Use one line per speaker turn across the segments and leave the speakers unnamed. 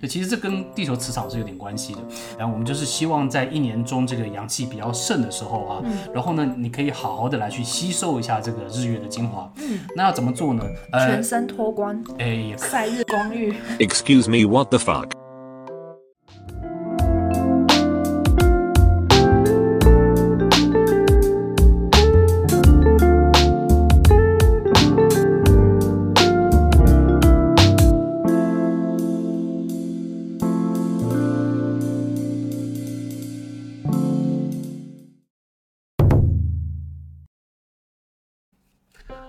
对，其实这跟地球磁场是有点关系的。然后我们就是希望在一年中这个阳气比较盛的时候啊，
嗯
然后呢，你可以好好的来去吸收一下这个日月的精华。嗯，那要怎么做呢？呃
全，身脱光，
哎，也可
晒日光浴。
Excuse me, what the fuck?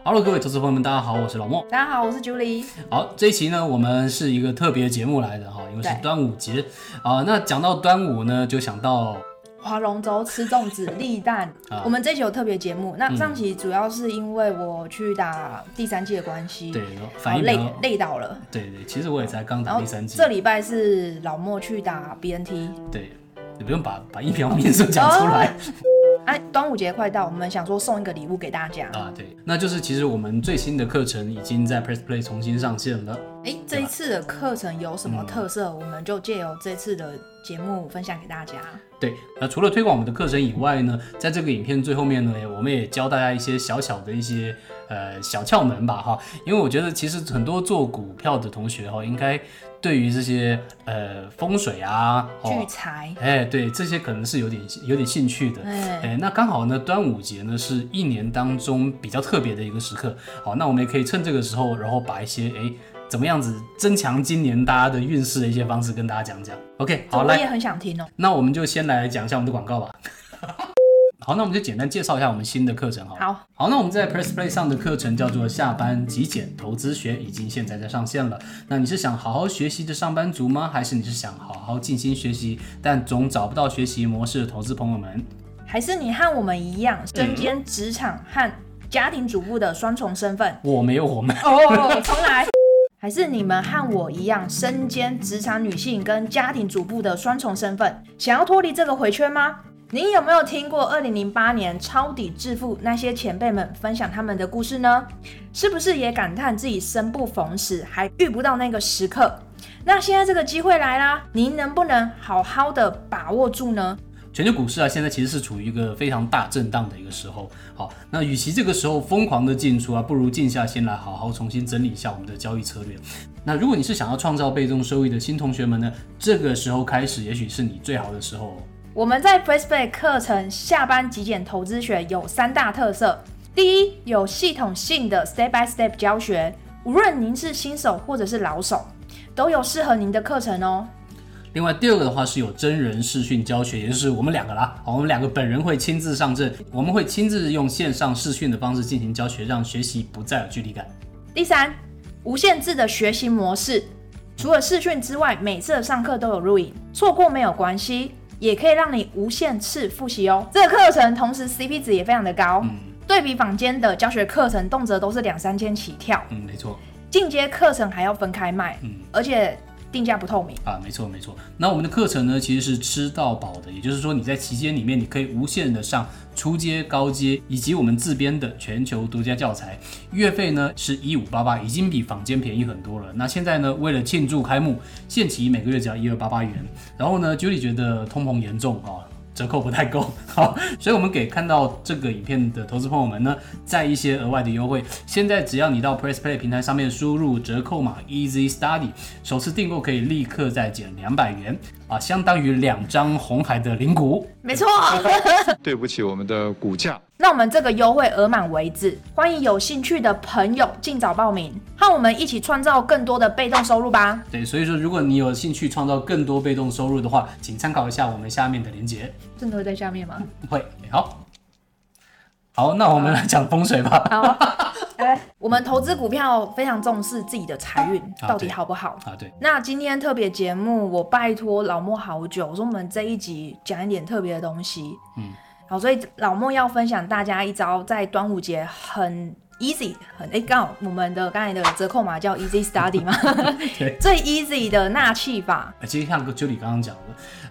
好了，各位投资朋友们，大家好，我是老莫。
大家好，我是 Julie。
好，这一期呢，我们是一个特别节目来的哈，因为是
对
端午节啊、那讲到端午呢，就想到
划龙舟、吃粽子、立蛋
啊。嗯
我们这期有特别节目，那上期主要是因为我去打第三季的关系，
对
然
反
后
应比
哦累
较
累倒了。
对对，其实我也才刚
然
打
后
第三季，
这礼拜是老莫去打 BNT，
对，你不用把把疫苗名称
哦
讲出来、
哎、端午节快到，我们想说送一个礼物给大家。
啊，对，那就是其实我们最新的课程已经在 Press Play 重新上线了。
哎、这一次的课程有什么特色？
嗯
我们就借由这次的节目分享给大家。
对，那除了推广我们的课程以外呢，在这个影片最后面呢，我们也教大家一些小小的一些呃小窍门吧哈，因为我觉得其实很多做股票的同学哈，应该对于这些呃风水啊，
聚
哦，
财，
哎，对，这些可能是有点有点兴趣的。
哎、
哎，那刚好呢，端午节呢是一年当中比较特别的一个时刻。好，那我们也可以趁这个时候，然后把一些哎怎么样子增强今年大家的运势的一些方式跟大家讲讲。OK，
这
好，
我
来
也，很想听哦、
那我们就先来讲一下我们的广告吧。 好，那我们就简单介绍一下我们新的课程好了。
好，
好，那我们在 Press Play 上的课程叫做《下班极简投资学》，已经现在在上线了。那你是想好好学习的上班族吗？还是你是想好好静心学习，但总找不到学习模式的投资朋友们？
还是你和我们一样，身兼职场和家庭主妇的双重身份？
我没有我们。
哦，重来。 还是你们和我一样，身兼职场女性跟家庭主妇的双重身份，想要脱离这个回圈吗？您有没有听过2008年抄底致富那些前辈们分享他们的故事呢？是不是也感叹自己生不逢时，还遇不到那个时刻？那现在这个机会来啦，您能不能好好的把握住呢？
全球股市啊，现在其实是处于一个非常大震荡的一个时候。好，那与其这个时候疯狂的进出啊，不如静下心来，好好重新整理一下我们的交易策略。那如果你是想要创造被动收益的新同学们呢，这个时候开始，也许是你最好的时候、哦。
我们在 p r e s s p l a y 课程下班极简投资学有三大特色：第一，有系统性的 step by step 教学，无论您是新手或者是老手，都有适合您的课程哦。
另外第二个的话是有真人视讯教学，也就是我们两个啦，好，我们两个本人会亲自上阵，我们会亲自用线上视讯的方式进行教学，让学习不再有距离感。
第三，无限制的学习模式，除了视讯之外，每次的上课都有录影，错过没有关系，也可以让你无限次复习哦。这个课程同时 CP 值也非常的高，对比坊间的教学课程，动辄都是两三千起跳。
嗯，没错。
进阶课程还要分开卖，
嗯
而且定价不透明。
啊，没错没错。那我们的课程呢，其实是吃到饱的，也就是说你在期间里面，你可以无限的上初阶、高阶以及我们自编的全球独家教材。月费呢是一五八八，已经比坊间便宜很多了。那现在呢，为了庆祝开幕，限期每个月只要一二八八元。然后呢，Julie 觉得通膨严重啊。折扣不太够， 好，所以我们给看到这个影片的投资朋友们呢，在一些额外的优惠。现在只要你到 Press Play 平台上面输入折扣码 Easy Study，首次订购可以立刻再减两百元啊，相当于两张红海的零股。
没错，
嗯
对不起我们的股价。
那我们这个优惠额满为止，欢迎有兴趣的朋友尽早报名，和我们一起创造更多的被动收入吧。
对，所以说如果你有兴趣创造更多被动收入的话，请参考一下我们下面的链接。
真的会在下面吗？
会好，好，那我们来讲风水吧。
好，哎，我们投资股票非常重视自己的财运
啊
到底
对
好不好。
啊，对，
那今天特别节目，我拜托老莫好久，我说我们这一集讲一点特别的东西。嗯，好，所以老莫要分享大家一招在端午节很 easy 很哎，刚、好我们的刚才的折扣码叫 easy study 嘛
对，
最 easy 的纳气法。
呃，其实像 Julie 刚刚讲的，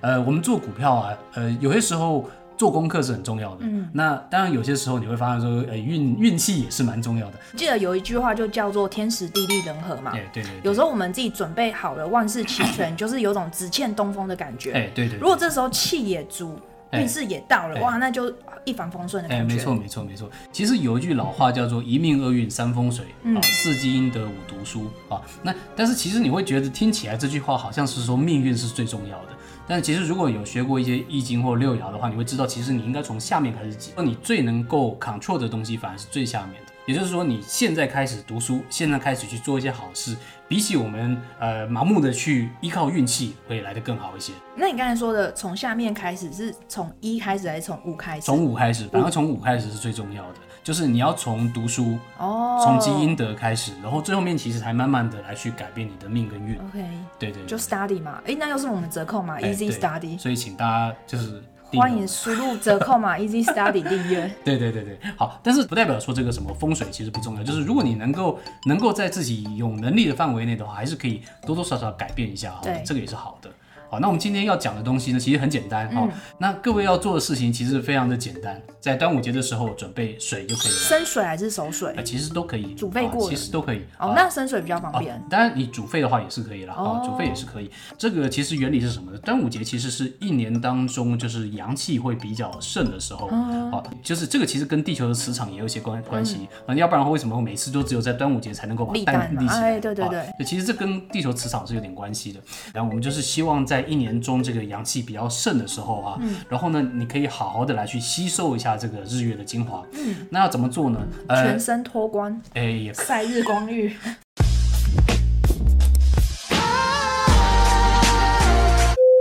呃，我们做股票啊，呃，有些时候做功课是很重要的。
嗯
那当然有些时候你会发现说，呃，运运气也是蛮重要的。
记得有一句话就叫做天时地利人和嘛。
哎，对对对，
有时候我们自己准备好了，万事齐 全，就是有种只欠东风的感觉。
哎，对对对
如果这时候气也足，
哎
运势也到了，
哎
哇，那就一帆风顺的
哎，
感觉。
没错，没错，没错。其实有一句老话叫做“一命二运三风水，
嗯
啊，四积阴德五读书”啊。那但是其实你会觉得听起来这句话好像是说命运是最重要的，但其实如果有学过一些易经或六爻的话，你会知道其实你应该从下面开始记，你最能够 control 的东西反而是最下面的。也就是说，你现在开始读书，现在开始去做一些好事，比起我们呃盲目的去依靠运气，会来得更好一些。
那你刚才说的从下面开始，是从一开始还是从五开始？
从五开始，反而从五开始是最重要的，就是你要从读书，
哦，
从积阴德开始，然后最后面其实才慢慢的来去改变你的命跟运。
OK，
对对对，
嗯就 study 嘛，哎、那又是我们折扣嘛
哎
，Easy
对
Study，
所以请大家就是订阅
欢迎输入折 扣嘛，Easy Study 订阅。
对对对对，好，但是不代表说这个什么风水其实不重要，就是如果你能够能够在自己有能力的范围内的话，还是可以多多少少改变一下哈
对，
这个也是好的。好，那我们今天要讲的东西呢，其实很简单哈、
嗯
那各位要做的事情其实非常的简单，在端午节的时候准备水就可以了，
生水还是熟水
呃、？其实都可以，
煮沸
啊
过了
其实都可以。
哦
啊，
那生水比较方
啊
便。，
当然你煮沸的话也是可以了
哦
啊，煮沸也是可以。这个其实原理是什么呢？端午节其实是一年当中就是阳气会比较盛的时候
哦
啊，就是这个其实跟地球的磁场也有一些关关系啊，要不然为什么每次都只有在端午节才能够把
嗯立蛋
蛋
嘛
立起来？
哎对对对
啊其实这跟地球磁场是有点关系的。然后我们就是希望在一年中这个阳气比较盛的时候啊，
嗯
然后呢，你可以好好的来去吸收一下这个日月的精华。那要怎么做呢？呃
嗯全，身脱光，
哎，也可以
晒日光浴。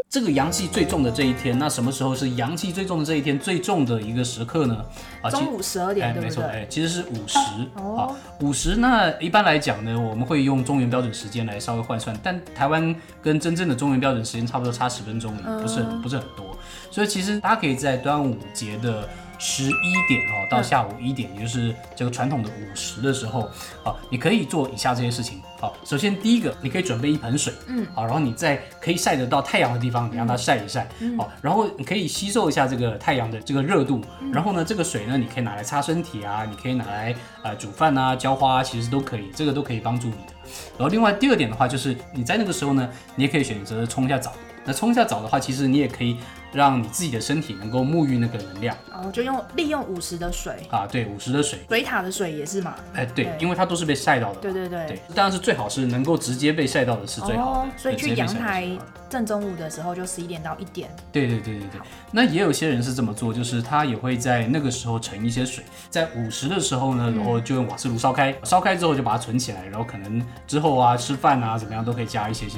这个阳气最重的这一天，那什么时候是阳气最重的这一天最重的一个时刻呢？啊，其
中午十二点，
哎，
对
没
不
错，
对？
哎，其实是午时、
哦
啊，午时。那一般来讲呢，我们会用中原标准时间来稍微换算，但台湾跟真正的中原标准时间差不多差十分钟而已，
嗯
不是很不是很多。所以其实大家可以在端午节的十一点哦到下午一点，也就是这个传统的午时的时候，啊，你可以做以下这些事情。好，首先第一个，你可以准备一盆水，嗯，好，然后你在可以晒得到太阳的地方，你让它晒一晒，好，然后你可以吸收一下这个太阳的这个热度，然后呢，这个水呢，你可以拿来擦身体啊，你可以拿来呃煮饭啊、浇花啊，其实都可以，这个都可以帮助你的。然后另外第二点的话，就是你在那个时候呢，你也可以选择冲一下澡。那冲一下澡的话，其实你也可以让你自己的身体能够沐浴那个能量
哦，就用利用五十的水，
啊，对，午时的水，
水塔的水也是嘛。
哎，对
对，
因为它都是被晒到的嘛，
对对对
对，当然是最好是能够直接被晒到的是最好
哦
的，，
所以
对
去阳，
直接被晒到是最
台
好的
正中午的时候就十一点到一点。
对对对对对。那也有些人是这么做，就是他也会在那个时候盛一些水，在午时的时候呢，然
嗯
后就用瓦斯炉烧开，烧开之后就把它存起来，然后可能之后啊吃饭啊怎么样都可以加一些些。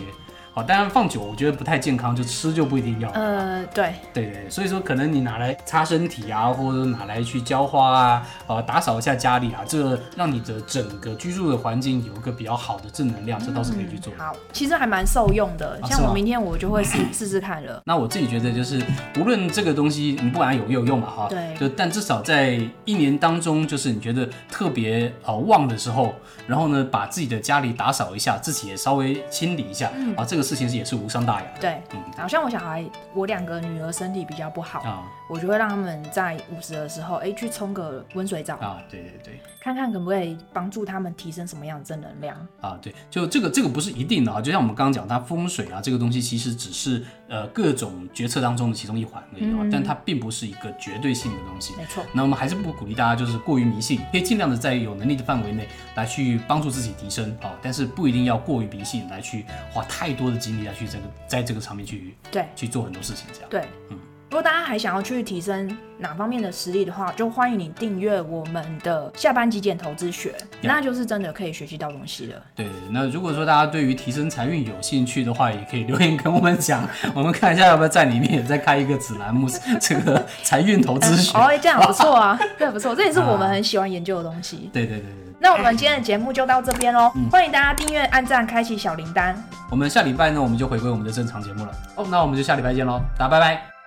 好，当然放久我觉得不太健康，就吃就不一定要。
呃，对，
对对，对所以说可能你拿来擦身体啊，或者拿来去浇花啊，呃，打扫一下家里啊，这个让你的整个居住的环境有一个比较好的正能量，这倒是可以去做的。
嗯好，其实还蛮受用的。
啊
像
是
我
吗嗯
明天我就会试试试看了。
那我自己觉得就是，无论这个东西你不管有没有用嘛啊哈，
对
就但至少在一年当中，就是你觉得特别呃旺的时候，然后呢把自己的家里打扫一下，自己也稍微清理一下，啊，这个事情是也是无伤大雅的
对，
嗯
好像我小孩，我两个女儿身体比较不好，
啊
我就会让他们在午时的时候，哎，去冲个温水澡，
啊，对对对。
看看可不可以帮助他们提升什么样的正能量。
啊，对，就这个这个不是一定的啊，就像我们刚刚讲，它风水啊这个东西其实只是呃各种决策当中的其中一环而已啊，但它并不是一个绝对性的东西。
没错，
那我们还是不鼓励大家就是过于迷信，可以尽量的在有能力的范围内来去帮助自己提升啊，但是不一定要过于迷信来去花太多的精力来去这个在这个上面去
对
去做很多事情这样。
对。如果大家还想要去提升哪方面的实力的话，就欢迎你订阅我们的下班极简投资学，那就是真的可以学习到东西的。
对，那如果说大家对于提升财运有兴趣的话，也可以留言跟我们讲，我们看一下要不要在里面也再开一个子栏目， 这个财运投资啊学。
哦，哎这样不错啊， 这样不错，这也是我们很喜欢研究的东西。
对对对对，
那我们今天的节目就到这边喽，欢迎大家订阅、按赞、开启小铃铛。
我们下礼拜呢，我们就回归我们的正常节目了。哦，那我们就下礼拜见喽，大家拜拜。